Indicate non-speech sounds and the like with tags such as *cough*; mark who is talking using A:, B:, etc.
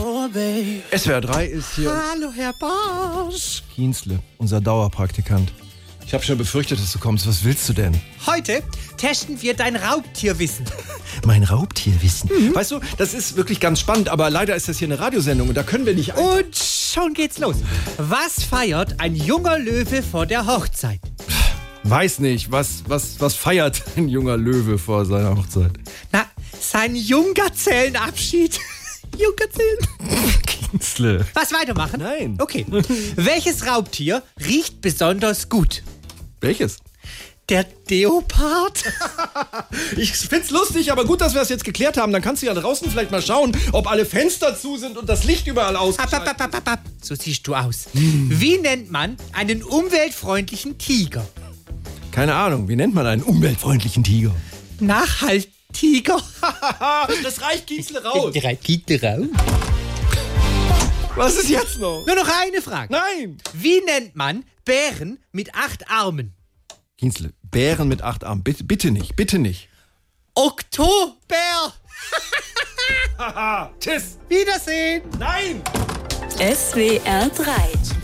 A: Survey.
B: SWR 3 ist hier
A: Hallo, Herr Bosch.
B: Kienzle, unser Dauerpraktikant. Ich habe schon befürchtet, dass du kommst. Was willst du denn?
A: Heute testen wir dein Raubtierwissen.
B: Mein Raubtierwissen. Weißt du, das ist wirklich ganz spannend, aber leider ist das hier eine Radiosendung und da können wir nicht. ein-
A: Und schon geht's los. Was feiert ein junger Löwe vor der Hochzeit?
B: Weiß nicht, was, was, was feiert *laughs* ein junger Löwe vor seiner Hochzeit?
A: Na, sein *laughs* Junggazellenabschied. Junggazellen.
B: *laughs* Kienzle.
A: Was weitermachen?
B: Nein.
A: Okay. Welches Raubtier riecht besonders gut?
B: Welches?
A: Der Deopard?
B: Ich find's lustig, aber gut, dass wir das jetzt geklärt haben. Dann kannst du ja draußen vielleicht mal schauen, ob alle Fenster zu sind und das Licht überall aus.
A: Ab, ab, ab, ab, ab, ab. So siehst du aus. Wie nennt man einen umweltfreundlichen Tiger?
B: Keine Ahnung, wie nennt man einen umweltfreundlichen Tiger?
A: Nachhaltiger.
B: Ah, das reicht Kienzle raus.
A: Drei Titel raus.
B: Was ist jetzt noch?
A: Nur noch eine Frage.
B: Nein!
A: Wie nennt man Bären mit acht Armen?
B: Kienzle, Bären mit acht Armen. Bitte, bitte nicht, bitte nicht.
A: Oktober.
B: Tschüss!
A: Wiedersehen.
B: Nein!
C: SWR 3.